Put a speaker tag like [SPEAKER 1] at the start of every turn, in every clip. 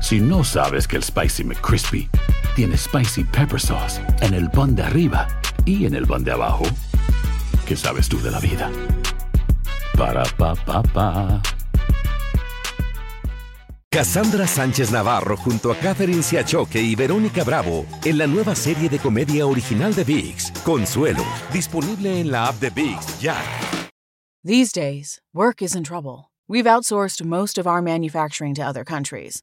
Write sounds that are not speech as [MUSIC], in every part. [SPEAKER 1] Si no sabes que el Spicy McCrispy tiene Spicy Pepper Sauce en el pan de arriba y en el pan de abajo, ¿qué sabes tú de la vida? Para, pa, pa, pa.
[SPEAKER 2] Cassandra Sánchez Navarro junto a Catherine Siachoque y Verónica Bravo en la nueva serie de comedia original de VIX, Consuelo, disponible en la app de VIX ya.
[SPEAKER 3] These days, work is in trouble. We've outsourced most of our manufacturing to other countries.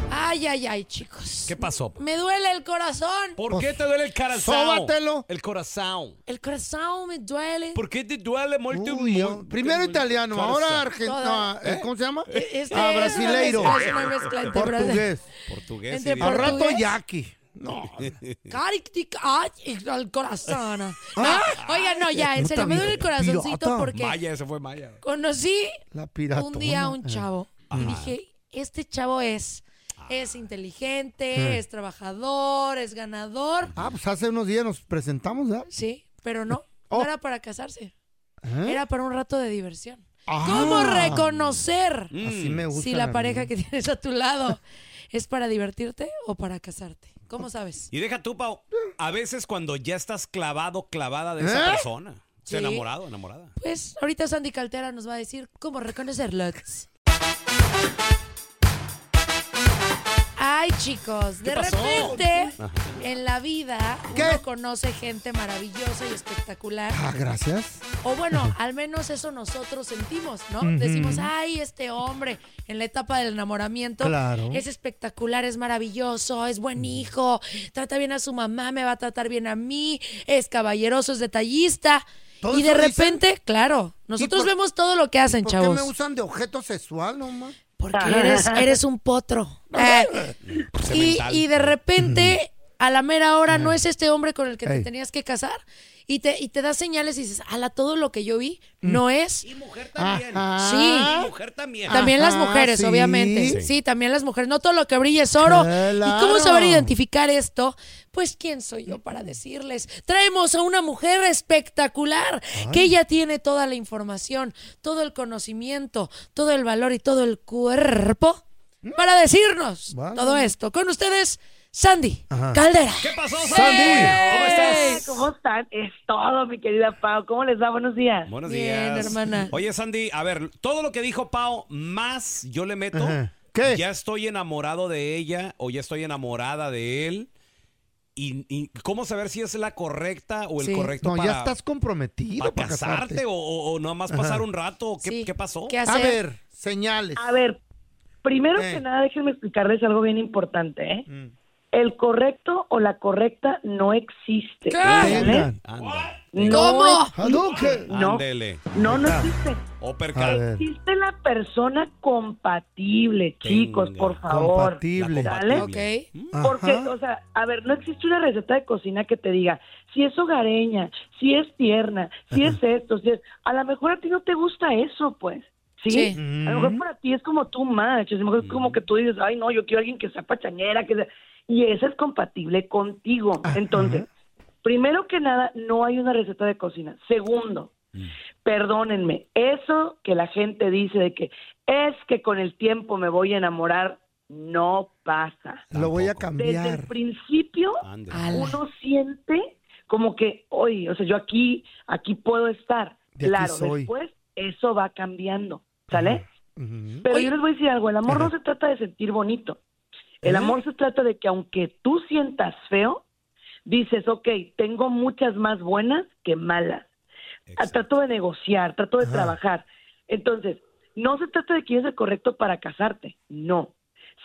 [SPEAKER 4] Ay, ay, ay, chicos.
[SPEAKER 5] ¿Qué pasó?
[SPEAKER 4] Me duele el corazón.
[SPEAKER 5] ¿Por qué te duele el corazón?
[SPEAKER 6] Pues, sóbatelo.
[SPEAKER 5] El corazón.
[SPEAKER 4] El corazón me duele.
[SPEAKER 5] ¿Por qué te duele mucho?
[SPEAKER 6] Uy, yo- primero italiano, ahora
[SPEAKER 4] Toda-
[SPEAKER 6] argentino. Ah, eh. ¿Cómo se llama?
[SPEAKER 4] Este
[SPEAKER 6] Ah,
[SPEAKER 4] es una
[SPEAKER 6] brasileiro.
[SPEAKER 4] mezcla, es una mezcla entre brasi-
[SPEAKER 6] Portugués.
[SPEAKER 5] Portugués.
[SPEAKER 4] Entre
[SPEAKER 6] Al rato
[SPEAKER 4] portugués.
[SPEAKER 6] yaqui. No.
[SPEAKER 4] Caractic- ay, el corazón. No, oiga, no, ya, en serio, me duele el corazoncito
[SPEAKER 6] Ah. Eh, pirata.
[SPEAKER 4] porque
[SPEAKER 5] Maya, ese fue Maya.
[SPEAKER 4] conocí
[SPEAKER 6] La piratona. Ah.
[SPEAKER 4] un día a un chavo y dije, este chavo es, es inteligente, es trabajador, es ganador.
[SPEAKER 6] Ah, pues hace unos días nos presentamos, ¿verdad?
[SPEAKER 4] Sí, pero no, no
[SPEAKER 6] Oh.
[SPEAKER 4] era para casarse,
[SPEAKER 6] ¿Eh?
[SPEAKER 4] era para un rato de diversión.
[SPEAKER 6] Ah. Mm.
[SPEAKER 4] ¿Cómo reconocer
[SPEAKER 6] Así me gusta.
[SPEAKER 4] si la pareja que tienes a
[SPEAKER 6] [LAUGHS]
[SPEAKER 4] tu lado es para divertirte o para casarte? ¿Cómo sabes?
[SPEAKER 5] [LAUGHS] Y deja tú, Pau. A veces cuando ya estás clavado, clavada de esa
[SPEAKER 6] ¿Eh?
[SPEAKER 5] persona.
[SPEAKER 4] Sí.
[SPEAKER 5] Enamorado, enamorada.
[SPEAKER 4] Pues ahorita Sandy Caltera nos va a decir cómo reconocerlos. Ay, chicos, de repente en la vida uno conoce gente maravillosa y espectacular.
[SPEAKER 6] Ah, gracias.
[SPEAKER 4] O bueno, al menos eso nosotros sentimos, ¿no? Decimos, ay, este hombre en la etapa del enamoramiento
[SPEAKER 6] Claro.
[SPEAKER 4] es espectacular, es maravilloso, es buen hijo, trata bien a su mamá, me va a tratar bien a mí, es caballeroso, es detallista.
[SPEAKER 6] ¿Todo
[SPEAKER 4] Y de
[SPEAKER 6] eso dicen?
[SPEAKER 4] repente, claro, nosotros
[SPEAKER 6] por-
[SPEAKER 4] vemos todo lo que hacen,
[SPEAKER 6] ¿Por
[SPEAKER 4] chavos.
[SPEAKER 6] qué me usan de objeto sexual, no, ma?
[SPEAKER 4] Porque eres,
[SPEAKER 6] [LAUGHS]
[SPEAKER 4] eres un potro. Eh, y,
[SPEAKER 5] mental.
[SPEAKER 4] y de repente, a la mera hora, no es este hombre con el que te
[SPEAKER 6] Ey.
[SPEAKER 4] tenías que casar. Y te, y te da señales y dices, ala, todo lo que yo vi no es.
[SPEAKER 5] Y mujer también.
[SPEAKER 6] Ah.
[SPEAKER 4] Sí.
[SPEAKER 5] Mujer también.
[SPEAKER 4] También las
[SPEAKER 6] Ajá,
[SPEAKER 4] mujeres,
[SPEAKER 6] sí.
[SPEAKER 4] obviamente. Sí.
[SPEAKER 6] Sí.
[SPEAKER 4] también las mujeres. No todo lo que brilla es oro. ¿Y cómo
[SPEAKER 6] Claro.
[SPEAKER 4] saber identificar esto? Pues, ¿quién soy yo para decirles? Traemos a una mujer espectacular que ella tiene toda la información, todo el conocimiento, todo el valor y todo el cuerpo para decirnos
[SPEAKER 6] Mm. Vale.
[SPEAKER 4] todo esto. Con ustedes, Sandy Caldera.
[SPEAKER 5] ¿Qué pasó,
[SPEAKER 6] Sandy?
[SPEAKER 5] ¿Cómo estás?
[SPEAKER 7] ¿Cómo están? Es todo, mi querida Pau. ¿Cómo les va? Buenos días.
[SPEAKER 5] Buenos
[SPEAKER 4] Bien,
[SPEAKER 5] días.
[SPEAKER 4] hermana.
[SPEAKER 5] Oye, Sandy, a ver, todo lo que dijo Pau, más yo le meto.
[SPEAKER 6] Ajá. ¿Qué?
[SPEAKER 5] Ya estoy enamorado de ella o ya estoy enamorada de él. Y, y cómo saber si es la correcta o el
[SPEAKER 4] Sí.
[SPEAKER 5] correcto
[SPEAKER 6] No,
[SPEAKER 5] para,
[SPEAKER 6] ya estás comprometido
[SPEAKER 5] para
[SPEAKER 6] para
[SPEAKER 5] casarte, o, o, o nomás pasar un rato. ¿Qué,
[SPEAKER 4] Sí.
[SPEAKER 5] qué pasó?
[SPEAKER 4] ¿Qué
[SPEAKER 6] A
[SPEAKER 4] hacer?
[SPEAKER 6] ver, señales.
[SPEAKER 7] A ver, primero
[SPEAKER 6] Eh.
[SPEAKER 7] que nada, déjenme explicarles algo bien importante, ¿eh? El correcto o la correcta no existe. ¿vale?
[SPEAKER 6] Vengan.
[SPEAKER 5] Anda,
[SPEAKER 7] No
[SPEAKER 4] ¿Cómo?
[SPEAKER 6] Hadouken.
[SPEAKER 7] No.
[SPEAKER 5] ándele.
[SPEAKER 7] es- No, no existe.
[SPEAKER 5] O
[SPEAKER 6] Ah. A
[SPEAKER 5] percal.
[SPEAKER 6] ver.
[SPEAKER 7] Existe la persona compatible, chicos,
[SPEAKER 5] Venga.
[SPEAKER 7] por favor.
[SPEAKER 6] Compatible.
[SPEAKER 5] La
[SPEAKER 7] ¿Sale?
[SPEAKER 4] Ok.
[SPEAKER 5] compatible.
[SPEAKER 6] Ajá.
[SPEAKER 7] Porque, o sea, a ver, no existe una receta de cocina que te diga si es hogareña, si es tierna, si es esto, si es... A lo mejor a ti no te gusta eso, pues. ¿Sí?
[SPEAKER 4] Sí.
[SPEAKER 7] A lo mejor para ti es como tú manches, a lo mejor es como que tú dices, ay, no, yo quiero a alguien que sea pachañera, que sea... Y eso es compatible contigo. Entonces, primero que nada, no hay una receta de cocina. Segundo, perdónenme, eso que la gente dice de que es que con el tiempo me voy a enamorar, no pasa.
[SPEAKER 6] Lo voy a
[SPEAKER 7] Desde el
[SPEAKER 6] cambiar.
[SPEAKER 7] principio,
[SPEAKER 5] Ándele.
[SPEAKER 4] Ala.
[SPEAKER 7] uno siente como que, oye, o sea, yo aquí, aquí puedo estar.
[SPEAKER 6] De aquí
[SPEAKER 7] claro,
[SPEAKER 6] soy.
[SPEAKER 7] después eso va cambiando, ¿sale?
[SPEAKER 6] Ujú.
[SPEAKER 7] Pero
[SPEAKER 4] Oye.
[SPEAKER 7] yo les voy a decir algo, el amor no se trata de sentir bonito.
[SPEAKER 6] ¿Eh?
[SPEAKER 7] El amor se trata de que aunque tú sientas feo, dices, ok, tengo muchas más buenas que malas. Ah, Trato de negociar, trato de trabajar. Entonces, no se trata de quién es el correcto para casarte, no.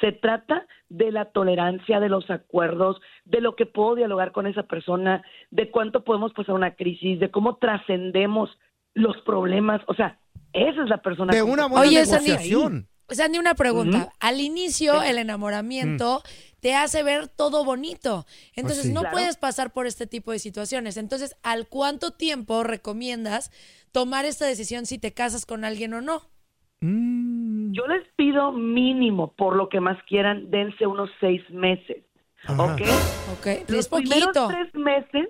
[SPEAKER 7] Se trata de la tolerancia, de los acuerdos, de lo que puedo dialogar con esa persona, de cuánto podemos pasar una crisis, de cómo trascendemos los problemas. O sea, esa es la persona.
[SPEAKER 6] De
[SPEAKER 7] que-
[SPEAKER 6] una buena
[SPEAKER 4] Oye, Sandy, Mm.
[SPEAKER 6] negociación.
[SPEAKER 4] Sandy, una pregunta. Al inicio, el enamoramiento te hace ver todo bonito. Entonces,
[SPEAKER 6] Pues sí.
[SPEAKER 4] no
[SPEAKER 7] Mm. Claro.
[SPEAKER 4] puedes pasar por este tipo de situaciones. Entonces, ¿al cuánto tiempo recomiendas tomar esta decisión si te casas con alguien o no?
[SPEAKER 7] Yo les pido mínimo, por lo que más quieran, dense unos seis meses. ¿Ok?
[SPEAKER 4] ¿Ok?
[SPEAKER 7] Los
[SPEAKER 4] Es
[SPEAKER 7] primeros
[SPEAKER 4] poquito.
[SPEAKER 7] tres meses,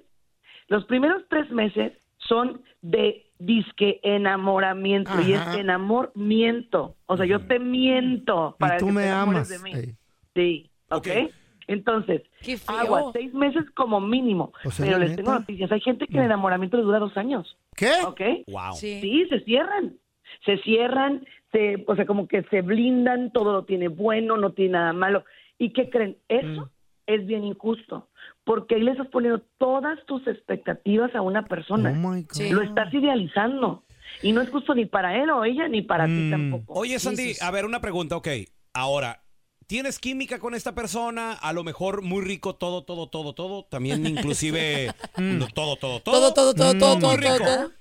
[SPEAKER 7] los primeros tres meses son de disque enamoramiento y es
[SPEAKER 6] Ajá.
[SPEAKER 7] enamoramiento. O sea, yo te miento para
[SPEAKER 6] Y tú
[SPEAKER 7] que te
[SPEAKER 6] me
[SPEAKER 7] enamores
[SPEAKER 6] amas.
[SPEAKER 7] de mí.
[SPEAKER 6] Ey.
[SPEAKER 7] Sí, ¿ok?
[SPEAKER 5] Ok.
[SPEAKER 7] Entonces,
[SPEAKER 4] Qué feo.
[SPEAKER 7] agua, seis meses como mínimo.
[SPEAKER 6] O sea,
[SPEAKER 7] pero
[SPEAKER 6] la
[SPEAKER 7] les tengo
[SPEAKER 6] neta. Mm.
[SPEAKER 7] noticias. Hay gente que el enamoramiento le dura dos años,
[SPEAKER 6] ¿Qué?
[SPEAKER 7] ¿ok?
[SPEAKER 5] Wow.
[SPEAKER 4] Sí.
[SPEAKER 7] Sí, se cierran. Se cierran, se, o sea, como que se blindan, todo lo tiene bueno, no tiene nada malo. ¿Y qué creen? Eso
[SPEAKER 6] Mm.
[SPEAKER 7] es bien injusto, porque ahí le estás poniendo todas tus expectativas a una
[SPEAKER 6] Oh
[SPEAKER 7] persona.
[SPEAKER 6] my God.
[SPEAKER 4] Sí.
[SPEAKER 7] Lo estás idealizando. Y no es justo ni para él o ella, ni para
[SPEAKER 6] Mm.
[SPEAKER 7] ti tampoco.
[SPEAKER 5] Oye, Sandy, a ver, una pregunta, ok. Ahora, ¿tienes química con esta persona? A lo mejor muy rico todo, todo, todo, todo. También
[SPEAKER 4] [LAUGHS]
[SPEAKER 5] inclusive no, todo, todo, todo.
[SPEAKER 4] Mm. Todo, todo, todo, todo,
[SPEAKER 5] Muy
[SPEAKER 4] todo,
[SPEAKER 5] rico.
[SPEAKER 4] todo, todo.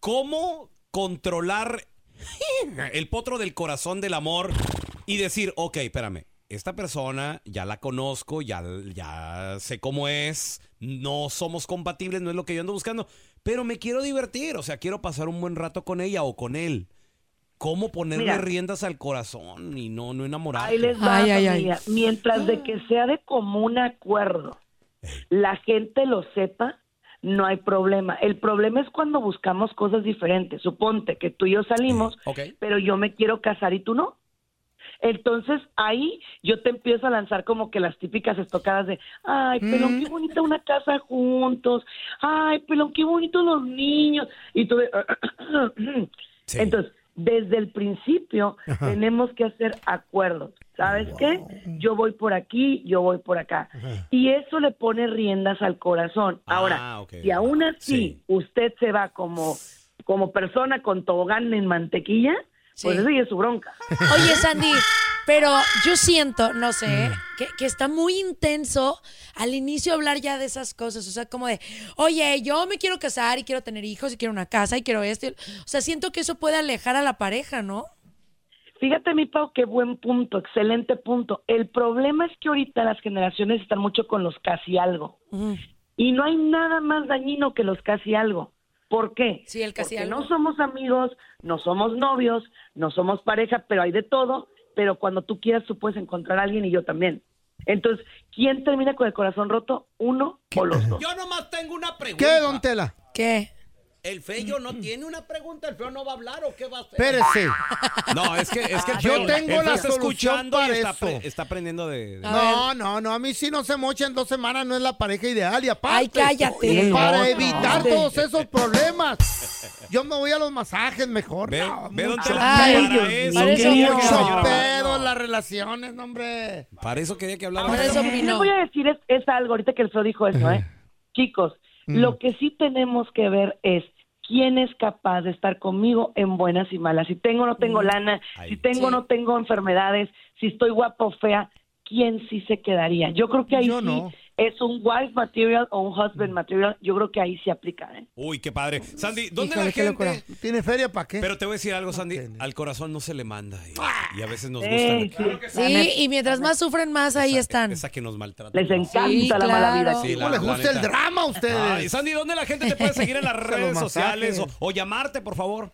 [SPEAKER 5] ¿Cómo controlar el potro del corazón del amor y decir, ok, espérame, esta persona ya la conozco, ya, ya sé cómo es, no somos compatibles, no es lo que yo ando buscando, pero me quiero divertir, o sea, quiero pasar un buen rato con ella o con él. ¿Cómo ponerle
[SPEAKER 7] Mira.
[SPEAKER 5] riendas al corazón y no, no enamorar?
[SPEAKER 7] Ahí les va,
[SPEAKER 4] Ay, ay,
[SPEAKER 7] familia. Mientras de que sea de común acuerdo, la gente lo sepa, no hay problema. El problema es cuando buscamos cosas diferentes. Suponte que tú y yo salimos,
[SPEAKER 5] Ok.
[SPEAKER 7] pero yo me quiero casar y tú no. Entonces ahí yo te empiezo a lanzar como que las típicas estocadas de, ay, pelón,
[SPEAKER 4] Mm.
[SPEAKER 7] qué bonita una casa juntos, ay, pelón, qué bonitos los niños. Y tú de, [CLEARS THROAT]
[SPEAKER 5] Sí.
[SPEAKER 7] Entonces, desde el principio
[SPEAKER 6] Ajá.
[SPEAKER 7] tenemos que hacer acuerdos. ¿Sabes qué? Yo voy por aquí, yo voy por acá. Y eso le pone riendas al corazón.
[SPEAKER 5] Ah,
[SPEAKER 7] Ahora,
[SPEAKER 5] ok.
[SPEAKER 7] si aún así
[SPEAKER 5] Sí.
[SPEAKER 7] usted se va como, como persona con tobogán en mantequilla, pues
[SPEAKER 4] Sí.
[SPEAKER 7] eso ya es su bronca.
[SPEAKER 4] Oye, Sandy, pero yo siento, no sé,
[SPEAKER 6] Mm.
[SPEAKER 4] que, que está muy intenso al inicio hablar ya de esas cosas. O sea, como de, oye, yo me quiero casar y quiero tener hijos y quiero una casa y quiero esto. O sea, siento que eso puede alejar a la pareja, ¿no?
[SPEAKER 7] Fíjate, mi Pau, qué buen punto, excelente punto. El problema es que ahorita las generaciones están mucho con los casi algo. Y no hay nada más dañino que los casi algo. ¿Por qué?
[SPEAKER 4] Sí, el casi
[SPEAKER 7] Porque
[SPEAKER 4] algo.
[SPEAKER 7] no somos amigos, no somos novios, no somos pareja, pero hay de todo. Pero cuando tú quieras, tú puedes encontrar a alguien y yo también. Entonces, ¿quién termina con el corazón roto? ¿Uno o los dos?
[SPEAKER 5] Yo nomás tengo una pregunta.
[SPEAKER 6] ¿Qué, don Tela?
[SPEAKER 4] ¿Qué?
[SPEAKER 5] ¿El feo no tiene una pregunta? ¿El feo no va a hablar o qué va a hacer?
[SPEAKER 6] Espérese.
[SPEAKER 5] No, es que, es
[SPEAKER 7] Ah,
[SPEAKER 5] que el
[SPEAKER 6] Yo
[SPEAKER 5] feo-
[SPEAKER 6] tengo
[SPEAKER 5] el feo
[SPEAKER 6] la
[SPEAKER 5] está
[SPEAKER 6] solución
[SPEAKER 5] escuchando y
[SPEAKER 6] para
[SPEAKER 5] está,
[SPEAKER 6] eso.
[SPEAKER 5] apre- está aprendiendo de... de-
[SPEAKER 4] A
[SPEAKER 6] No, no, no. A mí sí no se mocha en dos semanas. No es la pareja ideal. Y aparte.
[SPEAKER 4] Ay, cállate.
[SPEAKER 6] Para
[SPEAKER 4] No,
[SPEAKER 6] evitar
[SPEAKER 4] no.
[SPEAKER 6] todos esos problemas. Yo me voy a los masajes mejor.
[SPEAKER 5] Ve,
[SPEAKER 6] no,
[SPEAKER 5] ve dónde
[SPEAKER 6] mucho
[SPEAKER 5] te la
[SPEAKER 4] Ay,
[SPEAKER 5] para
[SPEAKER 4] Dios
[SPEAKER 5] eso,
[SPEAKER 4] mío.
[SPEAKER 5] quería que la
[SPEAKER 4] Mucho
[SPEAKER 5] señora hablara.
[SPEAKER 6] pedo en las relaciones, no, hombre.
[SPEAKER 5] Para eso quería que
[SPEAKER 4] Por
[SPEAKER 5] hablara.
[SPEAKER 4] eso
[SPEAKER 7] Lo que sí les
[SPEAKER 4] opinó.
[SPEAKER 7] voy a decir es, es algo, ahorita que el Flo dijo eso, ¿eh? Chicos,
[SPEAKER 6] Mm.
[SPEAKER 7] lo que sí tenemos que ver es quién es capaz de estar conmigo en buenas y malas. Si tengo o no tengo lana,
[SPEAKER 5] Ahí.
[SPEAKER 7] si tengo o
[SPEAKER 4] Mm. Sí.
[SPEAKER 7] no tengo enfermedades, si estoy guapo o fea, ¿quién sí se quedaría? Yo creo que ahí
[SPEAKER 6] Yo
[SPEAKER 7] sí
[SPEAKER 6] no.
[SPEAKER 7] es un wife material o un husband material. Yo creo que ahí se aplica, ¿eh?
[SPEAKER 5] Uy, qué padre. Sandy, ¿dónde
[SPEAKER 4] Híjole,
[SPEAKER 5] la
[SPEAKER 4] qué
[SPEAKER 5] gente?
[SPEAKER 4] locura.
[SPEAKER 6] ¿Tiene feria para qué?
[SPEAKER 5] Pero te voy a decir algo, Sandy.
[SPEAKER 6] tiene.
[SPEAKER 5] Al corazón no se le manda. Y, y a veces nos
[SPEAKER 7] Sí,
[SPEAKER 5] gusta.
[SPEAKER 7] sí.
[SPEAKER 4] Sí, y mientras más sufren, más ahí están.
[SPEAKER 5] Esa que nos maltrata.
[SPEAKER 7] Les encanta la mala vida.
[SPEAKER 4] claro.
[SPEAKER 5] Sí,
[SPEAKER 6] ¿Cómo les
[SPEAKER 5] la
[SPEAKER 6] gusta el
[SPEAKER 5] neta.
[SPEAKER 6] drama a ustedes?
[SPEAKER 5] Ay, Sandy, ¿dónde la gente te puede seguir
[SPEAKER 6] [LAUGHS]
[SPEAKER 5] en las redes
[SPEAKER 6] los
[SPEAKER 5] sociales o,
[SPEAKER 6] masajes.
[SPEAKER 5] o llamarte, por favor?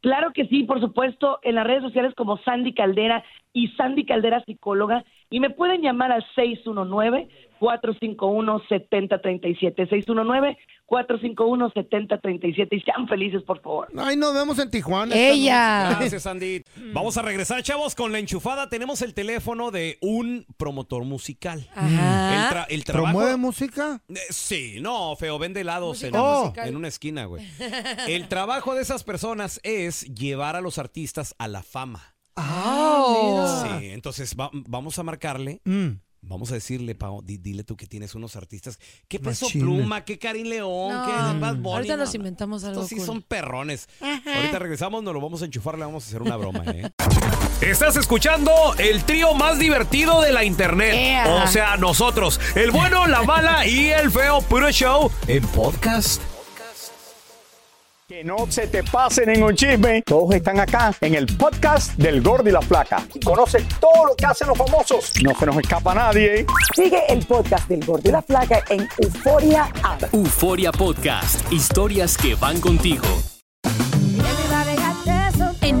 [SPEAKER 7] Claro que sí, por supuesto, en las redes sociales como Sandy Caldera y Sandy Caldera Psicóloga. Y me pueden llamar al 619-451-7037. 619-451-7037. Y sean felices, por favor.
[SPEAKER 6] Ay, nos vemos en Tijuana. esta
[SPEAKER 4] Ella.
[SPEAKER 5] Gracias, Sandy. Vamos a regresar, chavos, con la enchufada. Tenemos el teléfono de un promotor musical. El,
[SPEAKER 4] Ajá.
[SPEAKER 5] tra- el
[SPEAKER 6] noche.
[SPEAKER 5] trabajo.
[SPEAKER 6] ¿Promueve música?
[SPEAKER 5] Eh, Sí, no, feo, vende helados en,
[SPEAKER 4] Música
[SPEAKER 5] un-
[SPEAKER 4] musical.
[SPEAKER 5] en una esquina, güey.
[SPEAKER 4] [LAUGHS]
[SPEAKER 5] El trabajo de esas personas es llevar a los artistas a la fama.
[SPEAKER 4] Oh.
[SPEAKER 5] Sí, entonces va- vamos a marcarle.
[SPEAKER 6] Mm.
[SPEAKER 5] Vamos a decirle, Pau, di- dile tú que tienes unos artistas. ¿Qué peso
[SPEAKER 6] Machine.
[SPEAKER 5] pluma? ¿Qué Karim León?
[SPEAKER 4] No,
[SPEAKER 5] ¿Qué Bad Bunny?
[SPEAKER 4] ahorita
[SPEAKER 5] No,
[SPEAKER 4] nos
[SPEAKER 5] no.
[SPEAKER 4] inventamos algo
[SPEAKER 5] Estos sí
[SPEAKER 4] cool.
[SPEAKER 5] son perrones. Ahorita regresamos, nos lo vamos a enchufar, le vamos a hacer una broma, ¿eh?
[SPEAKER 8] [LAUGHS] Estás escuchando el trío más divertido de la internet.
[SPEAKER 4] Ea.
[SPEAKER 8] O sea, nosotros, el bueno, la mala y el feo puro show en podcast.
[SPEAKER 9] Que no se te pase ningún chisme. Todos están acá en el podcast del Gordi y la Flaca. Y Conoce todo lo que hacen los famosos. No se nos escapa nadie.
[SPEAKER 10] Sigue el podcast del Gordo y la Flaca en Euforia App.
[SPEAKER 11] Euforia Podcast, historias que van contigo.
[SPEAKER 10] En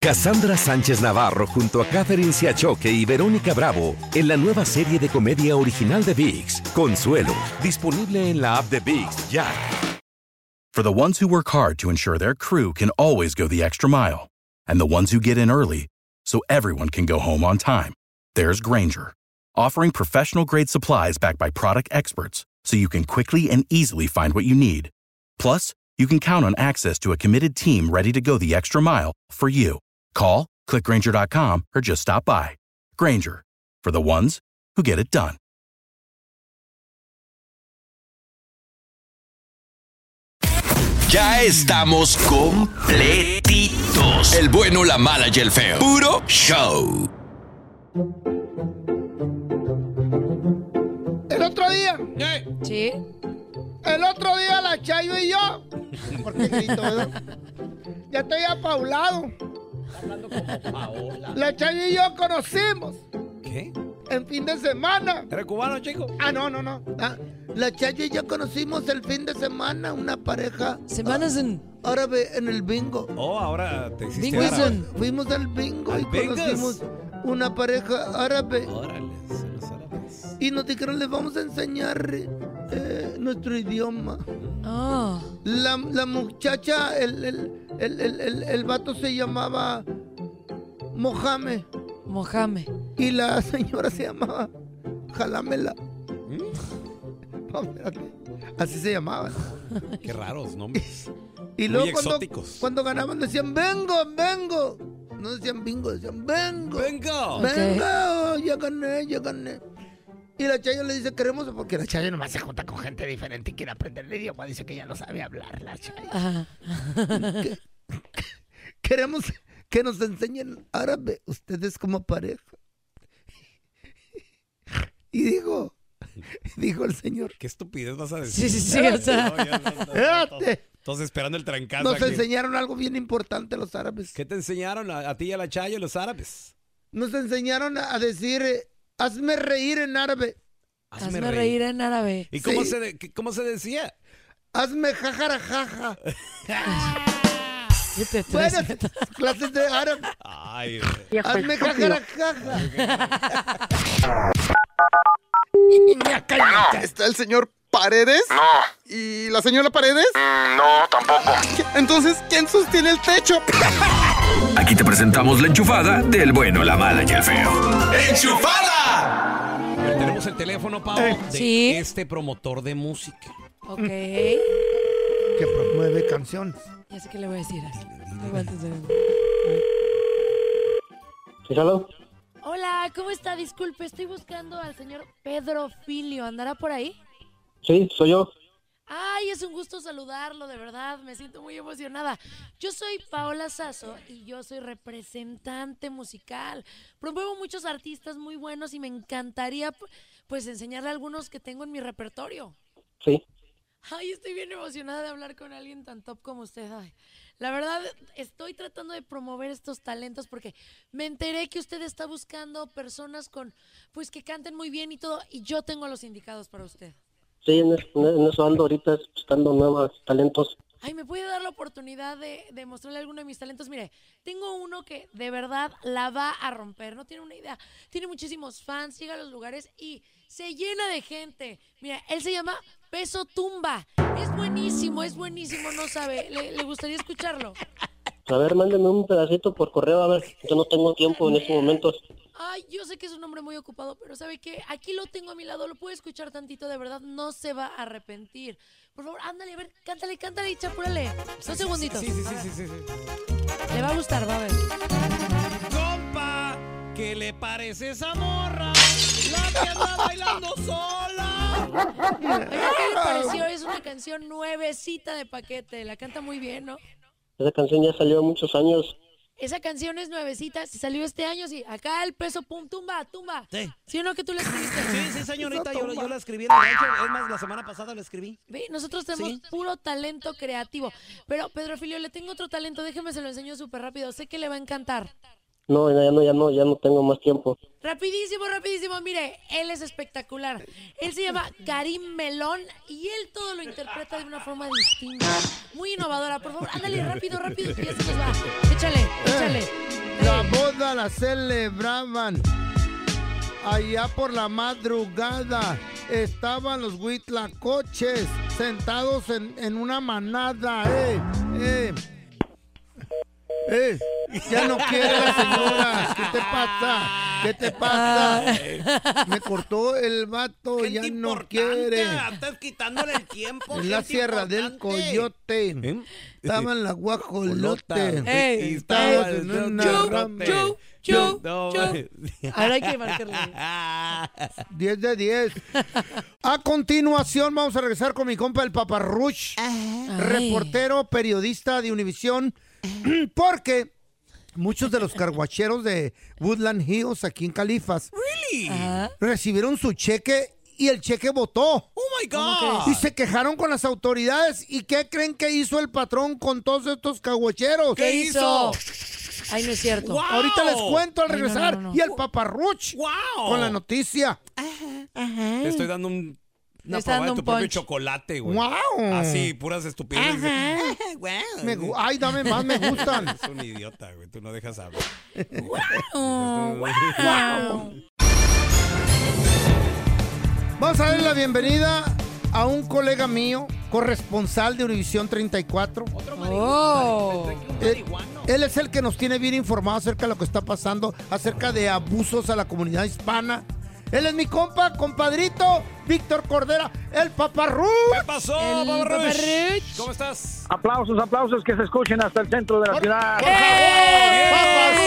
[SPEAKER 2] Cassandra Sánchez Navarro junto a Catherine Siachoque y Verónica Bravo en la nueva serie de comedia original de VIX, Consuelo, disponible en la app de VIX ya.
[SPEAKER 12] For the ones who work hard to ensure their crew can always go the extra mile, and the ones who get in early so everyone can go home on time, there's Granger, offering professional grade supplies backed by product experts so you can quickly and easily find what you need. Plus, you can count on access to a committed team ready to go the extra mile for you. Call, clickgranger.com, or just stop by. Granger, for the ones who get it done.
[SPEAKER 13] Ya estamos completitos. El bueno, la mala y el feo. Puro show.
[SPEAKER 6] El otro día,
[SPEAKER 4] Sí.
[SPEAKER 6] el otro día la Chayo y yo. ¿Por qué grito, [LAUGHS] verdad? Ya estoy apaulado. La Chayo y yo conocimos
[SPEAKER 5] ¿Qué?
[SPEAKER 6] en fin de semana.
[SPEAKER 5] ¿Eres cubano, chico?
[SPEAKER 6] Ah, no, no, no. Ah, la Chayo y yo conocimos el fin de semana una pareja Ah,
[SPEAKER 4] Semanas en
[SPEAKER 6] árabe en el bingo.
[SPEAKER 5] Oh, ahora te hiciste
[SPEAKER 4] Bingo y
[SPEAKER 5] árabe.
[SPEAKER 4] son.
[SPEAKER 6] Fuimos al bingo
[SPEAKER 5] ¿Al
[SPEAKER 6] y
[SPEAKER 5] bingo?
[SPEAKER 6] conocimos una pareja árabe
[SPEAKER 5] Órale, son los árabes.
[SPEAKER 6] y nos dijeron les vamos a enseñar eh, nuestro idioma.
[SPEAKER 4] Oh.
[SPEAKER 6] La, la muchacha, el, el, el, el, el- el vato se llamaba Mohamed
[SPEAKER 4] Mojame.
[SPEAKER 6] y la señora se llamaba Jalamela.
[SPEAKER 5] ¿Mm?
[SPEAKER 6] [LAUGHS] No, espérate. Así se llamaba.
[SPEAKER 5] Qué raros nombres.
[SPEAKER 6] [LAUGHS]
[SPEAKER 5] Muy
[SPEAKER 6] Y luego cuando,
[SPEAKER 5] exóticos.
[SPEAKER 6] cuando ganaban decían, vengo, vengo. No decían bingo, decían, vengo.
[SPEAKER 5] ¡Venga!
[SPEAKER 6] Venga, ya gané, ya gané. Y la Chayo le dice, queremos, porque la Chayo nomás se junta con gente diferente y quiere aprender el idioma. Dice que ya no sabe hablar la Chayo.
[SPEAKER 4] Ajá.
[SPEAKER 6] [LAUGHS] Queremos que nos enseñen árabe ustedes como pareja. [LAUGHS] Y digo, dijo el señor,
[SPEAKER 5] ¿Qué estupidez vas a decir?
[SPEAKER 4] Sí, sí, sí. O sea,
[SPEAKER 5] No, ya no, no, no, no.
[SPEAKER 6] "Espérate,
[SPEAKER 5] Todos esperando el trancazo
[SPEAKER 6] nos
[SPEAKER 5] aquí.
[SPEAKER 6] enseñaron algo bien importante los árabes.
[SPEAKER 5] ¿Qué te enseñaron a, a ti y a la Chayo los árabes?
[SPEAKER 6] Nos enseñaron a a decir, eh, hazme reír en árabe,
[SPEAKER 4] hazme reír en árabe.
[SPEAKER 5] ¿Y cómo,
[SPEAKER 6] Sí.
[SPEAKER 5] se de- qué- cómo se decía?
[SPEAKER 6] hazme
[SPEAKER 5] [LAUGHS]
[SPEAKER 6] jajara jaja.
[SPEAKER 4] Yo te estoy
[SPEAKER 6] Buenas
[SPEAKER 4] diciendo.
[SPEAKER 6] clases de árabe.
[SPEAKER 5] Ay,
[SPEAKER 6] Hazme jajara jaja.
[SPEAKER 9] ¿Está el señor Paredes? No. ¿Y la señora Paredes? no, tampoco. Entonces, ¿quién sostiene el techo?
[SPEAKER 13] Aquí te presentamos la enchufada del bueno, la mala y el feo. ¡Enchufada!
[SPEAKER 5] tenemos el teléfono, Pau,
[SPEAKER 6] Eh.
[SPEAKER 5] de
[SPEAKER 4] Sí.
[SPEAKER 5] este promotor de música.
[SPEAKER 4] Ok.
[SPEAKER 6] Que promueve canciones.
[SPEAKER 4] Ya sé qué le voy a decir. Aguanta un segundo. Hola, ¿cómo está? Disculpe, estoy buscando al señor Pedro Filio. ¿Andará por ahí?
[SPEAKER 10] Sí, soy yo.
[SPEAKER 4] Ay, es un gusto saludarlo, de verdad, me siento muy emocionada. Yo soy Paola Sazo y yo soy representante musical. Promuevo muchos artistas muy buenos y me encantaría pu- pues enseñarle algunos que tengo en mi repertorio.
[SPEAKER 10] Sí.
[SPEAKER 4] Ay, estoy bien emocionada de hablar con alguien tan top como usted. Ay, la verdad, estoy tratando de promover estos talentos porque me enteré que usted está buscando personas con pues que canten muy bien y todo y yo tengo los indicados para usted.
[SPEAKER 10] Sí, en, es- en eso ando ahorita buscando nuevos talentos.
[SPEAKER 4] ay, ¿me puede dar la oportunidad de, de mostrarle alguno de mis talentos? Mire, tengo uno que de verdad la va a romper, no tiene una idea. Tiene muchísimos fans, llega a los lugares y se llena de gente. Mira, él se llama Peso Tumba. Es buenísimo, es buenísimo, no sabe. ¿Le, le gustaría escucharlo?
[SPEAKER 14] A ver, mándenme un pedacito por correo, a ver, yo no tengo tiempo en estos momentos.
[SPEAKER 4] Ay, yo sé que es un hombre muy ocupado, pero ¿sabe qué? Aquí lo tengo a mi lado, lo puede escuchar tantito, de verdad, no se va a arrepentir. Por favor, ándale, a ver, cántale, cántale y chapúrale. Dos segunditos.
[SPEAKER 5] Sí, sí,
[SPEAKER 4] A
[SPEAKER 5] sí,
[SPEAKER 4] ver.
[SPEAKER 5] sí, sí, sí.
[SPEAKER 4] Le va a gustar, va a ver.
[SPEAKER 5] Compa, ¿qué le parece esa morra? La que anda bailando sola.
[SPEAKER 4] Oiga, ¿qué le pareció? Es una canción nuevecita de paquete, la canta muy bien, ¿no?
[SPEAKER 14] Esa canción ya salió muchos años.
[SPEAKER 4] Esa canción es nuevecita, se salió este año, sí. Acá el peso, pum, tumba, tumba. Sí. ¿Sí o no que tú la escribiste?
[SPEAKER 5] Sí, sí, señorita, yo, yo la escribí en el rancho. Es más, la semana pasada la escribí.
[SPEAKER 4] Ve, nosotros tenemos
[SPEAKER 5] Sí.
[SPEAKER 4] puro talento creativo. Pero, Pedro Filio, le tengo otro talento, déjeme se lo enseño súper rápido. Sé que le va a encantar.
[SPEAKER 14] No, ya no, ya no, ya no tengo más tiempo.
[SPEAKER 4] Rapidísimo, rapidísimo. Mire, él es espectacular. Él se llama Karim Melón y él todo lo interpreta de una forma distinta. Muy innovadora. Por favor, ándale rápido, rápido, que ya se nos va. Échale, échale.
[SPEAKER 6] La boda la celebraban. Allá por la madrugada estaban los huitlacoches sentados en, en una manada. Eh, eh. Eh, ya no quiere la señora. ¿Qué te pasa? ¿Qué te
[SPEAKER 5] Ah.
[SPEAKER 6] pasa? Me cortó el vato, ya no quiere.
[SPEAKER 5] Estás quitándole el tiempo.
[SPEAKER 6] En la Sierra del Coyote estaban la ¿Eh? guajolote.
[SPEAKER 5] Ey,
[SPEAKER 6] y estabas
[SPEAKER 5] ey,
[SPEAKER 6] en
[SPEAKER 5] yo,
[SPEAKER 6] una
[SPEAKER 5] yo,
[SPEAKER 6] rama.
[SPEAKER 5] yo, yo, No, yo. mames.
[SPEAKER 6] [LAUGHS]
[SPEAKER 4] Ahora hay que marcarle.
[SPEAKER 6] 10 de 10. A continuación vamos a regresar con mi compa el Paparrush, reportero, periodista de Univisión, [CLEARS THROAT] porque muchos de los carguacheros de Woodland Hills aquí en Califas recibieron su cheque y el cheque votó.
[SPEAKER 5] ¡Oh, my God!
[SPEAKER 6] Y se quejaron con las autoridades. ¿Y qué creen que hizo el patrón con todos estos carguacheros?
[SPEAKER 4] ¿Qué hizo? Ay, no es cierto.
[SPEAKER 6] Wow. Ahorita les cuento al
[SPEAKER 4] Ay, no,
[SPEAKER 6] regresar.
[SPEAKER 4] no, no, no.
[SPEAKER 6] Y el paparruch con la noticia.
[SPEAKER 5] Te estoy dando un, una
[SPEAKER 6] Le está
[SPEAKER 5] probada
[SPEAKER 6] dando
[SPEAKER 5] de tu
[SPEAKER 6] un
[SPEAKER 5] propio
[SPEAKER 6] punch.
[SPEAKER 5] chocolate, güey.
[SPEAKER 6] Guau.
[SPEAKER 5] Así, puras estupideces.
[SPEAKER 6] Me gu- ay, dame más, me gustan.
[SPEAKER 5] [LAUGHS] Es un idiota, güey. Tú no dejas hablar.
[SPEAKER 6] Vamos a darle la bienvenida a un colega mío, corresponsal de Univisión 34. Él, Oh. Eh, él es el que nos tiene bien informado acerca de lo que está pasando, acerca de abusos a la comunidad hispana. Él es mi compa, compadrito, Víctor Cordera, el paparrú. ¿Qué
[SPEAKER 5] pasó,
[SPEAKER 15] El Paparruch? Paparruch.
[SPEAKER 5] ¿Cómo estás?
[SPEAKER 15] Aplausos, aplausos que se escuchen hasta el centro de la ciudad. ¡Eh!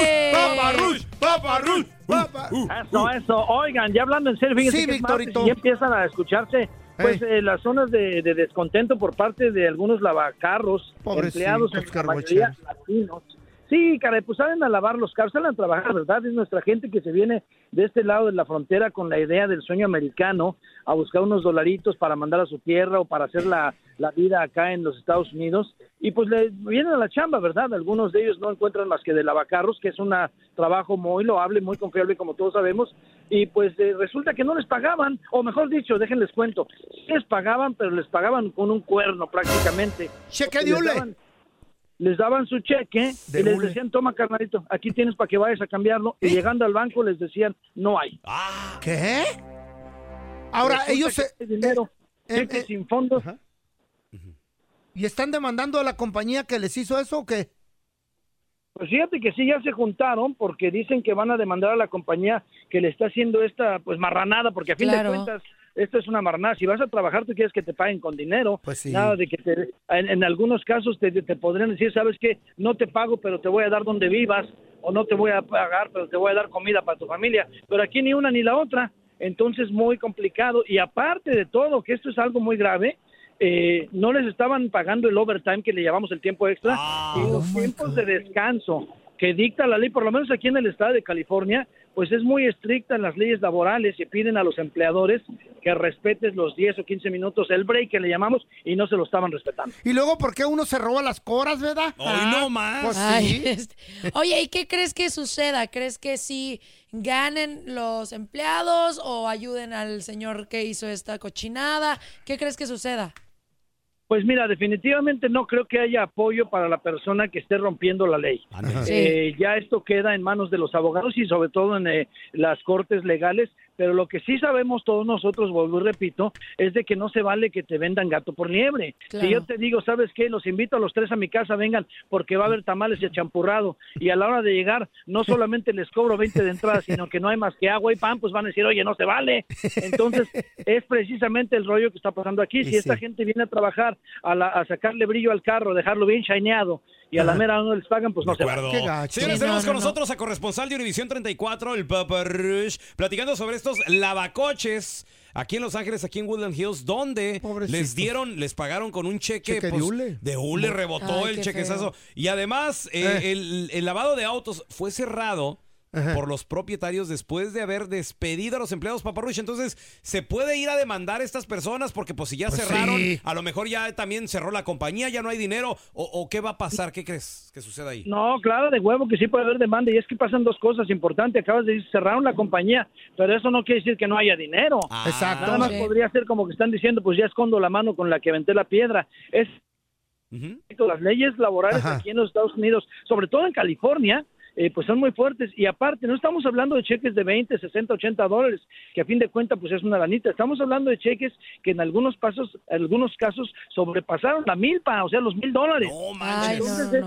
[SPEAKER 5] ¡Eh! ¡Paparruch! ¡Paparruch!
[SPEAKER 15] Uh, Eso, eso. Oigan, ya hablando en serio, fíjense
[SPEAKER 6] Sí,
[SPEAKER 15] que es
[SPEAKER 6] Victorito.
[SPEAKER 15] martes y ya empiezan a escucharse pues eh, las zonas de, de descontento por parte de algunos lavacarros,
[SPEAKER 6] Pobrecitos
[SPEAKER 15] empleados en la mayoría
[SPEAKER 6] carguacheros.
[SPEAKER 15] latinos. Sí, caray, pues salen a lavar los carros, salen a trabajar, ¿verdad? Es nuestra gente que se viene de este lado de la frontera con la idea del sueño americano a buscar unos dolaritos para mandar a su tierra o para hacer la, la vida acá en los Estados Unidos. Y pues le vienen a la chamba, ¿verdad? Algunos de ellos no encuentran más que de lavacarros, que es un trabajo muy loable, muy confiable, como todos sabemos. Y pues eh, resulta que no les pagaban, o mejor dicho, déjenles cuento, sí les pagaban, pero les pagaban con un cuerno prácticamente.
[SPEAKER 6] Cheque
[SPEAKER 15] Porque
[SPEAKER 6] de
[SPEAKER 15] les
[SPEAKER 6] hule.
[SPEAKER 15] daban- les daban su cheque
[SPEAKER 6] De
[SPEAKER 15] y les
[SPEAKER 6] hule. ¿Eh?
[SPEAKER 15] decían, toma carnalito, aquí tienes para que vayas a cambiarlo. Y llegando al banco les decían, no hay.
[SPEAKER 6] ¿Qué? Ahora,
[SPEAKER 15] Resulta
[SPEAKER 6] ellos
[SPEAKER 15] que
[SPEAKER 6] se-
[SPEAKER 15] este dinero,
[SPEAKER 6] eh,
[SPEAKER 15] cheques
[SPEAKER 6] eh,
[SPEAKER 15] sin fondos.
[SPEAKER 6] ¿Y están demandando a la compañía que les hizo eso o qué?
[SPEAKER 15] Pues fíjate que sí, ya se juntaron porque dicen que van a demandar a la compañía que le está haciendo esta pues marranada, porque a fin
[SPEAKER 4] Claro.
[SPEAKER 15] de cuentas esto es una marranada. Si vas a trabajar, tú quieres que te paguen con dinero. Nada de que te- en, en algunos casos te, te podrían decir, sabes que no te pago, pero te voy a dar donde vivas, o no te voy a pagar, pero te voy a dar comida para tu familia. Pero aquí ni una ni la otra. Entonces, muy complicado. Y aparte de todo, que esto es algo muy grave, eh, no les estaban pagando el overtime que le llamamos el tiempo extra y los tiempos de descanso que dicta la ley, por lo menos aquí en el estado de California, pues es muy estricta en las leyes laborales y piden a los empleadores que respetes los 10 o 15 minutos, el break que le llamamos, y no se lo estaban respetando.
[SPEAKER 6] Y luego, ¿por qué uno se roba las coras, verdad?
[SPEAKER 15] Ay, no más.
[SPEAKER 6] Pues sí.
[SPEAKER 4] Ay, este- Oye, ¿y qué crees que suceda? ¿Crees que sí ganen los empleados o ayuden al señor que hizo esta cochinada? ¿Qué crees que suceda?
[SPEAKER 15] Pues mira, definitivamente no creo que haya apoyo para la persona que esté rompiendo la ley.
[SPEAKER 16] Sí.
[SPEAKER 15] Eh, ya esto queda en manos de los abogados y sobre todo en eh, las cortes legales, pero lo que sí sabemos todos nosotros, vuelvo y repito, es de que no se vale que te vendan gato por liebre.
[SPEAKER 16] Claro.
[SPEAKER 15] Si yo te digo, ¿sabes qué? Los invito a los tres a mi casa, vengan, porque va a haber tamales y champurrado. Y a la hora de llegar, no solamente les cobro 20 de entrada, sino que no hay más que agua y pan, pues van a decir, oye, no se vale. Entonces, es precisamente el rollo que está pasando aquí.
[SPEAKER 17] Y
[SPEAKER 15] Si esta
[SPEAKER 17] sí.
[SPEAKER 15] gente viene a trabajar, a, la- a sacarle brillo al carro, dejarlo bien shineado, y a la
[SPEAKER 5] Ajá.
[SPEAKER 15] mera no les pagan, pues no se
[SPEAKER 5] acuerdo.
[SPEAKER 15] vale.
[SPEAKER 5] Señores, tenemos con nosotros a corresponsal de Univisión 34, el Papa Rush, platicando sobre estos lavacoches aquí en Los Ángeles, aquí en Woodland Hills, donde les dieron, les pagaron con un cheque, pues,
[SPEAKER 6] Cheque de hule.
[SPEAKER 5] de hule, rebotó
[SPEAKER 6] Ay,
[SPEAKER 5] el
[SPEAKER 6] qué
[SPEAKER 5] chequezazo.
[SPEAKER 6] feo.
[SPEAKER 5] Y además, eh, el, el lavado de autos fue cerrado. Por los propietarios después de haber despedido a los empleados Paparrush. Entonces, ¿se puede ir a demandar a estas personas? Porque, pues, si ya cerraron,
[SPEAKER 15] sí.
[SPEAKER 5] a lo mejor ya también cerró la compañía, ya no hay dinero. ¿O, o qué va a pasar? ¿Qué crees que suceda ahí?
[SPEAKER 15] No, claro, de huevo que sí puede haber demanda. Y es que pasan dos cosas importantes. Acabas de decir, cerraron la compañía, pero eso no quiere decir que no haya dinero.
[SPEAKER 6] Exacto.
[SPEAKER 15] Nada más
[SPEAKER 6] Sí.
[SPEAKER 15] podría ser como que están diciendo, pues ya escondo la mano con la que aventé la piedra. Es las leyes laborales aquí en los Estados Unidos, sobre todo en California, eh, pues son muy fuertes. Y aparte, no estamos hablando de cheques de 20, 60, 80 dólares, que a fin de cuentas pues es una lanita. Estamos hablando de cheques que en algunos pasos, algunos casos sobrepasaron la milpa, o sea, los mil dólares. Entonces, es-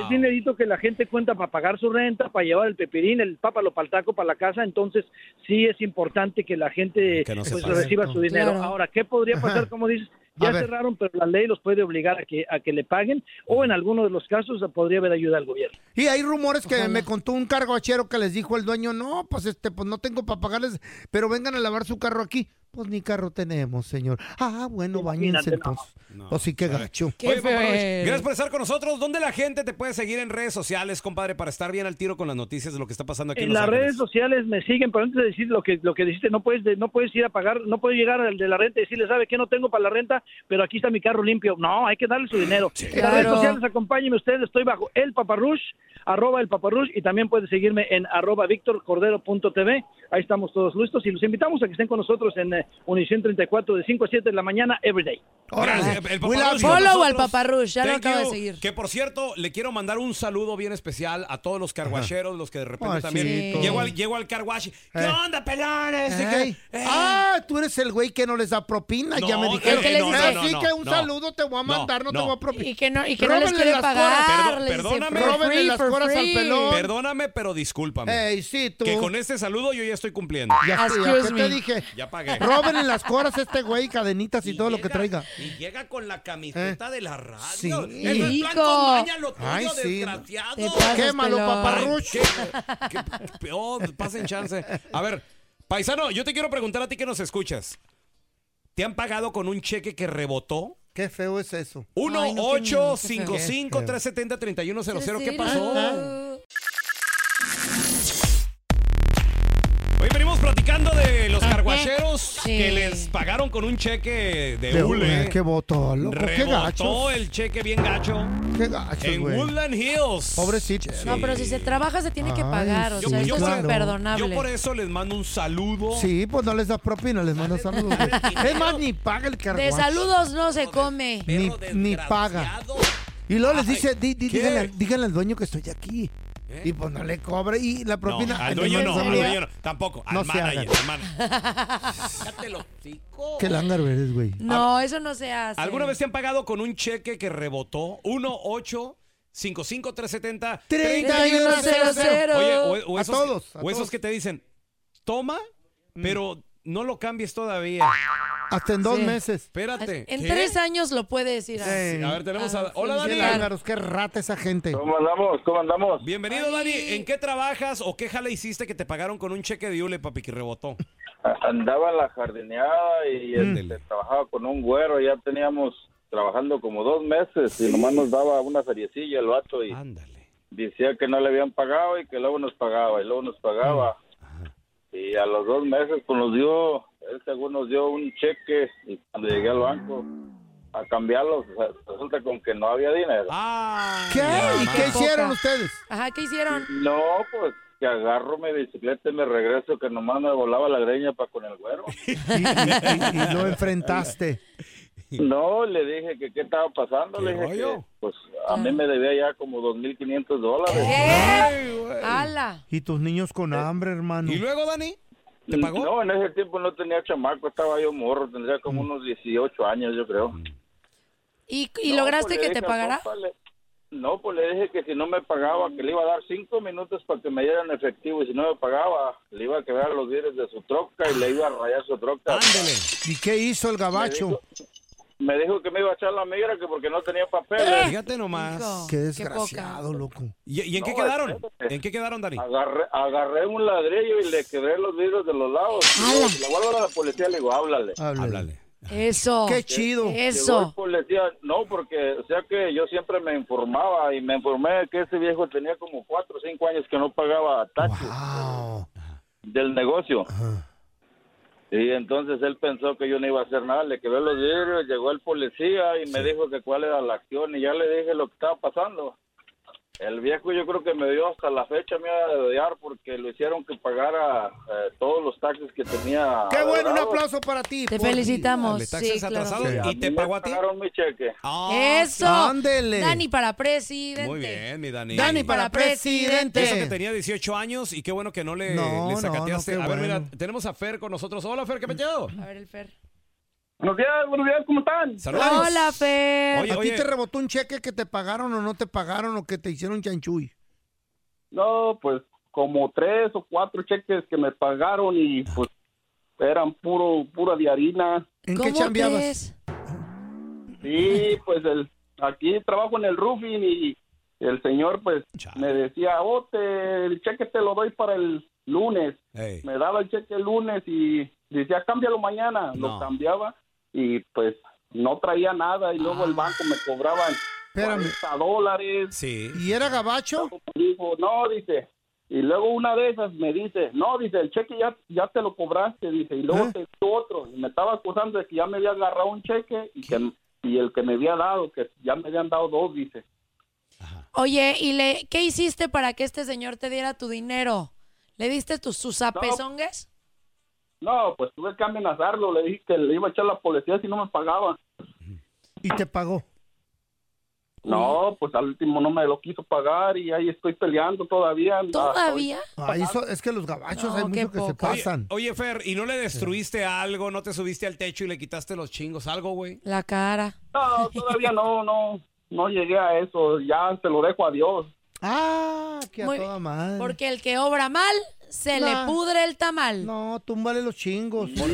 [SPEAKER 15] es dinerito que la gente cuenta para pagar su renta, para llevar el pepirín, el pápalo para el taco, para la casa. Entonces, sí es importante que la gente
[SPEAKER 5] no se
[SPEAKER 15] pues,
[SPEAKER 5] pase.
[SPEAKER 15] reciba su dinero.
[SPEAKER 5] Claro.
[SPEAKER 15] Ahora, ¿qué podría pasar? Como dices,
[SPEAKER 5] A
[SPEAKER 15] ya
[SPEAKER 5] ver.
[SPEAKER 15] cerraron, pero la ley los puede obligar a que, a que le paguen. O en alguno de los casos podría haber ayuda al gobierno.
[SPEAKER 6] Y hay rumores que me contó un cargoachero que les dijo el dueño, no, pues este, pues no tengo para pagarles, pero vengan a lavar su carro aquí. Pues ni carro tenemos, señor. Ah, bueno, bañense
[SPEAKER 5] Imagínate, no.
[SPEAKER 6] entonces. O sí, qué gacho.
[SPEAKER 5] Oye, Papa Roach, gracias por estar con nosotros. ¿Dónde la gente te puede seguir en redes sociales, compadre, para estar bien al tiro con las noticias de lo que está pasando aquí
[SPEAKER 15] en
[SPEAKER 5] en, Los
[SPEAKER 15] las
[SPEAKER 5] Ángeles?
[SPEAKER 15] redes sociales me siguen, pero antes de decir lo que lo que dijiste, no puedes de- no puedes ir a pagar, no puedes llegar al de la renta y decirle, ¿sabe qué? No tengo para la renta, pero aquí está mi carro limpio. No, hay que darle
[SPEAKER 5] Ah,
[SPEAKER 15] su dinero. en las redes
[SPEAKER 16] Claro.
[SPEAKER 15] sociales, acompáñenme ustedes, estoy bajo el paparrush, arroba el paparrush, y también puedes seguirme en arroba victorcordero.tv. Ahí estamos todos listos y los invitamos a que estén con nosotros en eh, Univisión 34 de 5 a 7 de la mañana, every day.
[SPEAKER 5] Gracias, el Papa
[SPEAKER 4] We
[SPEAKER 5] Roach
[SPEAKER 4] love
[SPEAKER 5] con
[SPEAKER 4] you. Follow al
[SPEAKER 5] nosotros.
[SPEAKER 4] Papa Roach, ya lo
[SPEAKER 5] Thank
[SPEAKER 4] acabo de
[SPEAKER 5] you.
[SPEAKER 4] seguir.
[SPEAKER 5] Que por cierto, le quiero mandar un saludo bien especial a todos los carguacheros, los que de repente también.
[SPEAKER 6] Pobrecito.
[SPEAKER 5] Llego al, llego al carguache. ¿Qué
[SPEAKER 6] Eh.
[SPEAKER 5] onda, pelones? ¿De
[SPEAKER 6] Ey.
[SPEAKER 5] qué? Eh,
[SPEAKER 6] Ah, tú eres el güey que no les da propina, ya me
[SPEAKER 5] No,
[SPEAKER 6] dijeron. Ah,
[SPEAKER 5] ¿qué les dice?
[SPEAKER 6] Así
[SPEAKER 5] No, no,
[SPEAKER 6] que un
[SPEAKER 5] no.
[SPEAKER 6] saludo te voy a mandar, no,
[SPEAKER 5] No,
[SPEAKER 6] te
[SPEAKER 5] no.
[SPEAKER 6] voy a propinar.
[SPEAKER 4] Y que no, y que no les
[SPEAKER 6] Róbenle
[SPEAKER 4] quiere
[SPEAKER 6] las
[SPEAKER 4] pagar.
[SPEAKER 6] coras.
[SPEAKER 4] les dice,
[SPEAKER 5] Perdóname,
[SPEAKER 4] for free, for free.
[SPEAKER 5] Perdóname, pero discúlpame.
[SPEAKER 6] Ey, sí, tú.
[SPEAKER 5] Que con este saludo yo ya estoy cumpliendo.
[SPEAKER 6] Ya, ya, ¿qué te dije?
[SPEAKER 5] Ya pagué.
[SPEAKER 6] Róbenle las coras a este güey, cadenitas y todo lo que traiga.
[SPEAKER 5] Y llega con la camiseta de la radio.
[SPEAKER 6] ¿Eh? Sí.
[SPEAKER 5] Eso es plan
[SPEAKER 6] Rico.
[SPEAKER 5] con maña, lo tuyo,
[SPEAKER 6] Ay, sí.
[SPEAKER 5] desgraciado.
[SPEAKER 6] Te pasas, Quémalo, pelón. paparrucho.
[SPEAKER 5] Ay, qué- qué- [LAUGHS] qué peor, pasen chance. A ver, paisano, yo te quiero preguntar a ti que nos escuchas. ¿Te han pagado con un cheque que rebotó?
[SPEAKER 6] Qué feo es eso.
[SPEAKER 5] 1-855-370-3100. ¿Qué pasó?
[SPEAKER 6] Ah.
[SPEAKER 5] Hoy venimos platicando de los carguacheros que les pagaron con un cheque de,
[SPEAKER 6] De
[SPEAKER 5] hule.
[SPEAKER 6] hule, Qué voto, loco, qué gacho.
[SPEAKER 5] Rebotó el cheque bien gacho.
[SPEAKER 6] Qué gacho,
[SPEAKER 5] En
[SPEAKER 6] güey.
[SPEAKER 5] Woodland Hills.
[SPEAKER 6] Pobrecito.
[SPEAKER 4] No, pero si se trabaja se tiene que
[SPEAKER 6] Ay,
[SPEAKER 4] pagar, o
[SPEAKER 6] sí,
[SPEAKER 4] sea, esto es
[SPEAKER 6] claro.
[SPEAKER 4] imperdonable.
[SPEAKER 5] Yo por eso les mando un saludo.
[SPEAKER 6] Sí, pues no les das propina, les mandas saludos. es más, ni paga el cargo.
[SPEAKER 4] De saludos no se come.
[SPEAKER 6] Ni, ni paga. Y luego les dice, di- di- díganle, al- díganle al dueño que estoy aquí. Y pues no le cobra. Y la
[SPEAKER 5] ¿Eh? No,
[SPEAKER 6] propina.
[SPEAKER 5] al
[SPEAKER 6] ay,
[SPEAKER 5] dueño
[SPEAKER 6] ¿en
[SPEAKER 5] no, al
[SPEAKER 6] serio?
[SPEAKER 5] dueño no. Tampoco, al
[SPEAKER 6] No se
[SPEAKER 5] manager,
[SPEAKER 6] hagan.
[SPEAKER 5] al
[SPEAKER 4] [LAUGHS]
[SPEAKER 5] manager.
[SPEAKER 6] Qué lángaro eres, güey.
[SPEAKER 4] No, eso no se hace.
[SPEAKER 5] ¿Alguna vez te han pagado con un cheque que rebotó? 1 8 55 370
[SPEAKER 4] 3100.
[SPEAKER 5] Oye, o, o
[SPEAKER 6] A
[SPEAKER 5] esos,
[SPEAKER 6] todos, a
[SPEAKER 5] o esos
[SPEAKER 6] todos. Mm.
[SPEAKER 5] que te dicen, toma, pero no lo cambies todavía.
[SPEAKER 6] Hasta en dos
[SPEAKER 4] Sí.
[SPEAKER 6] meses.
[SPEAKER 5] Espérate.
[SPEAKER 4] En
[SPEAKER 5] ¿qué?
[SPEAKER 4] tres años Ah, lo puede decir.
[SPEAKER 5] Sí, a ver, tenemos a- Hola,
[SPEAKER 6] Qué
[SPEAKER 5] Dani.
[SPEAKER 6] lángaros, qué rata esa gente.
[SPEAKER 18] ¿Cómo andamos? ¿Cómo andamos?
[SPEAKER 5] Bienvenido, Dani. ¿En qué trabajas o qué jala hiciste que te pagaron con un cheque de hule, papi, que rebotó?
[SPEAKER 18] A- Andaba en la jardineada y este, trabajaba con un güero. Ya teníamos trabajando como dos meses y nomás nos daba una feriecilla el vato y decía que no le habían pagado y que luego nos pagaba y luego nos pagaba. Y a los dos meses pues nos dio, él según nos dio un cheque y cuando llegué al banco a cambiarlo o sea, resulta con que no había dinero.
[SPEAKER 6] ¿Qué? ¿Y
[SPEAKER 18] mamá.
[SPEAKER 6] qué hicieron ustedes?
[SPEAKER 4] Ajá, ¿qué hicieron?
[SPEAKER 18] No, pues que agarro mi bicicleta y me regreso que [LAUGHS] nomás me volaba la greña para con el güero.
[SPEAKER 6] Y, y- y lo enfrentaste.
[SPEAKER 18] No, le dije que qué estaba pasando. Le dije que, pues, a mí me debía ya como 2.500 dólares.
[SPEAKER 4] ¡Hala!
[SPEAKER 6] Y tus niños con hambre, hermano.
[SPEAKER 18] ¿Y
[SPEAKER 5] luego, Dani?
[SPEAKER 18] ¿Te pagó? No, en ese tiempo no tenía chamaco, estaba yo morro, tendría como unos 18 años, yo creo.
[SPEAKER 4] ¿Y, y lograste
[SPEAKER 18] pues,
[SPEAKER 4] que
[SPEAKER 18] le
[SPEAKER 4] te
[SPEAKER 18] dije,
[SPEAKER 4] pagara?
[SPEAKER 18] "Apópale". No, pues le dije que si no me pagaba, que le iba a dar cinco minutos para que me dieran efectivo. Y si no me pagaba, le iba a quebrar los dientes de su troca y le iba a rayar su troca.
[SPEAKER 6] ¿Y qué hizo el gabacho?
[SPEAKER 18] Me dijo que me iba a echar la migra que porque no tenía papel.
[SPEAKER 5] Ah. Fíjate nomás.
[SPEAKER 6] Ah, Qué desgraciado, loco.
[SPEAKER 5] ¿Y, y en qué
[SPEAKER 18] No,
[SPEAKER 5] quedaron?
[SPEAKER 18] espérate.
[SPEAKER 5] ¿En qué quedaron, Dani?
[SPEAKER 18] Agarré, agarré un ladrillo y le quebré los vidrios de los lados. Y Le vuelvo a la policía y le digo, háblale.
[SPEAKER 5] Háblale.
[SPEAKER 4] Eso.
[SPEAKER 6] Qué chido.
[SPEAKER 18] Llegó el policía, no, porque, o sea que yo siempre me informaba y me informé que ese viejo tenía como cuatro o cinco años que no pagaba taxes del negocio. Y entonces él pensó que yo no iba a hacer nada, le quebré los vidrios, llegó el policía y me dijo que cuál era la acción y ya le dije lo que estaba pasando. El viejo yo creo que me dio hasta la fecha me iba a odiar porque lo hicieron que pagara eh, todos los taxes que tenía.
[SPEAKER 6] Qué bueno, un
[SPEAKER 18] adorados.
[SPEAKER 6] aplauso para ti.
[SPEAKER 4] Te
[SPEAKER 6] por ti.
[SPEAKER 4] felicitamos.
[SPEAKER 18] Dale,
[SPEAKER 4] sí,
[SPEAKER 18] taxes
[SPEAKER 4] claro.
[SPEAKER 18] atrasados. Sí,
[SPEAKER 5] ¿Y te
[SPEAKER 18] mí
[SPEAKER 5] pagó a
[SPEAKER 18] me
[SPEAKER 5] ti? Ah,
[SPEAKER 18] pagaron mi cheque.
[SPEAKER 4] Eso.
[SPEAKER 6] Ándele.
[SPEAKER 4] Dani para presidente.
[SPEAKER 5] Muy bien, mi Dani.
[SPEAKER 4] Dani para presidente.
[SPEAKER 5] Eso que tenía 18 años y qué bueno que no le,
[SPEAKER 6] No,
[SPEAKER 5] le
[SPEAKER 6] no,
[SPEAKER 5] sacateaste.
[SPEAKER 6] no, qué
[SPEAKER 5] a ver,
[SPEAKER 6] bueno.
[SPEAKER 5] mira, tenemos a Fer con nosotros. Hola, Fer, ¿qué peteado?
[SPEAKER 4] A ver el Fer.
[SPEAKER 6] Buenos días, buenos días, ¿cómo están?
[SPEAKER 5] Saludos.
[SPEAKER 4] Hola, Fer.
[SPEAKER 5] Oye,
[SPEAKER 6] ¿A ti
[SPEAKER 5] oye.
[SPEAKER 6] te rebotó un cheque que te pagaron o no te pagaron o que te hicieron chanchuy?
[SPEAKER 16] No, pues como tres o cuatro cheques que me pagaron y pues eran puro pura de harina.
[SPEAKER 6] ¿En qué ¿Cómo chambeabas? crees?
[SPEAKER 16] Sí, pues el aquí trabajo en el roofing y el señor pues me decía, "Oh, te- el cheque te lo doy para el lunes." Me daba el cheque el lunes y decía, "Cámbialo mañana."
[SPEAKER 18] No.
[SPEAKER 16] Lo cambiaba y pues no traía nada y luego el banco me cobraban 40 dólares.
[SPEAKER 5] Sí.
[SPEAKER 6] ¿Y era gabacho?
[SPEAKER 16] Dijo, no, dice. Y luego una de esas me dice, no, dice, el cheque ya, ya te lo cobraste, dice. Y
[SPEAKER 6] ¿Eh?
[SPEAKER 16] luego te dio otro. Y me estaba acusando de que ya me había agarrado un cheque y, que, y el que me había dado, que ya me habían dado dos, dice.
[SPEAKER 4] Oye, ¿y le, qué hiciste para que este señor te diera tu dinero? ¿Le diste tus sus apesongues?
[SPEAKER 16] No, pues tuve que amenazarlo. Le dije que le iba a echar la policía si no me pagaba.
[SPEAKER 6] ¿Y te pagó?
[SPEAKER 16] No, pues al último no me lo quiso pagar y ahí estoy peleando todavía.
[SPEAKER 4] ¿Todavía?
[SPEAKER 6] Ay, Ah, eso- es que los gabachos hay mucho que se pasan.
[SPEAKER 5] Oye, oye, Fer, ¿y no le destruiste algo? ¿No te subiste al techo y le quitaste los chingos? ¿Algo, güey?
[SPEAKER 4] La cara.
[SPEAKER 16] No, todavía no, no, no llegué a eso. Pues Ya se lo dejo a Dios.
[SPEAKER 6] Ah, que a
[SPEAKER 4] Muy
[SPEAKER 6] toda madre.
[SPEAKER 4] Porque el que obra mal, se
[SPEAKER 6] Nah.
[SPEAKER 4] le pudre el tamal.
[SPEAKER 6] No, túmbale los chingos.
[SPEAKER 5] Por,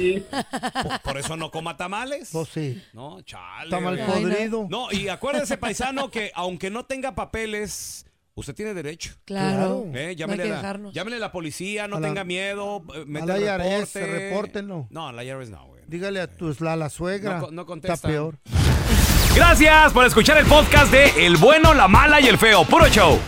[SPEAKER 5] por eso no coma tamales.
[SPEAKER 6] Pues sí.
[SPEAKER 5] No, chale.
[SPEAKER 6] Está mal
[SPEAKER 5] güey.
[SPEAKER 6] podrido.
[SPEAKER 5] No, y acuérdese, paisano, que aunque no tenga papeles, usted tiene derecho.
[SPEAKER 6] Claro.
[SPEAKER 5] Eh,
[SPEAKER 6] No hay
[SPEAKER 5] llámele,
[SPEAKER 6] que
[SPEAKER 5] a la,
[SPEAKER 6] dejarnos.
[SPEAKER 5] llámele a la policía, no
[SPEAKER 6] A la-
[SPEAKER 5] tenga miedo. eh, mete
[SPEAKER 6] la IRS,
[SPEAKER 5] reporte.
[SPEAKER 6] repórtenlo.
[SPEAKER 5] No, a la IRS no, güey.
[SPEAKER 6] Dígale a tu la, la suegra.
[SPEAKER 5] No co- no contestan.
[SPEAKER 6] Está peor.
[SPEAKER 8] Gracias por escuchar el podcast de El bueno, la mala y el feo. Puro show.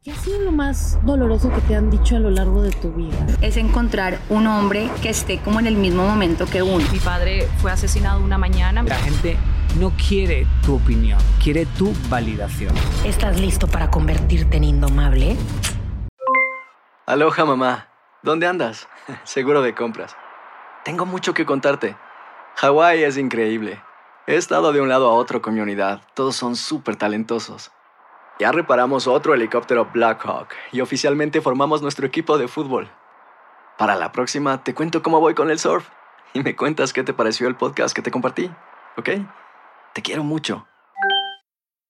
[SPEAKER 17] ¿Qué ha sido lo más doloroso que te han dicho a lo largo de tu vida?
[SPEAKER 19] es encontrar un hombre que esté como en el mismo momento que uno. Mi padre fue asesinado una mañana.
[SPEAKER 20] La gente no quiere tu opinión, quiere tu validación.
[SPEAKER 21] ¿Estás listo para convertirte en indomable?
[SPEAKER 22] Aloha mamá, ¿dónde andas? [LAUGHS] Seguro de compras. Tengo mucho que contarte. Hawái es increíble. He estado de un lado a otro con mi unidad. Todos son súper talentosos. Ya reparamos otro helicóptero Blackhawk y oficialmente formamos nuestro equipo de fútbol. Para la próxima te cuento cómo voy con el surf y me cuentas qué te pareció el podcast que te compartí, ¿ok? Te quiero mucho.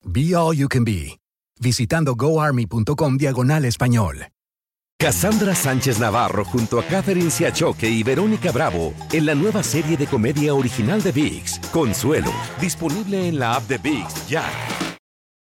[SPEAKER 23] Be All You Can Be, visitando goarmy.com diagonal español.
[SPEAKER 2] Cassandra Sánchez Navarro junto a Catherine Siachoque y Verónica Bravo en la nueva serie de comedia original de VIX, Consuelo, disponible en la app de VIX ya.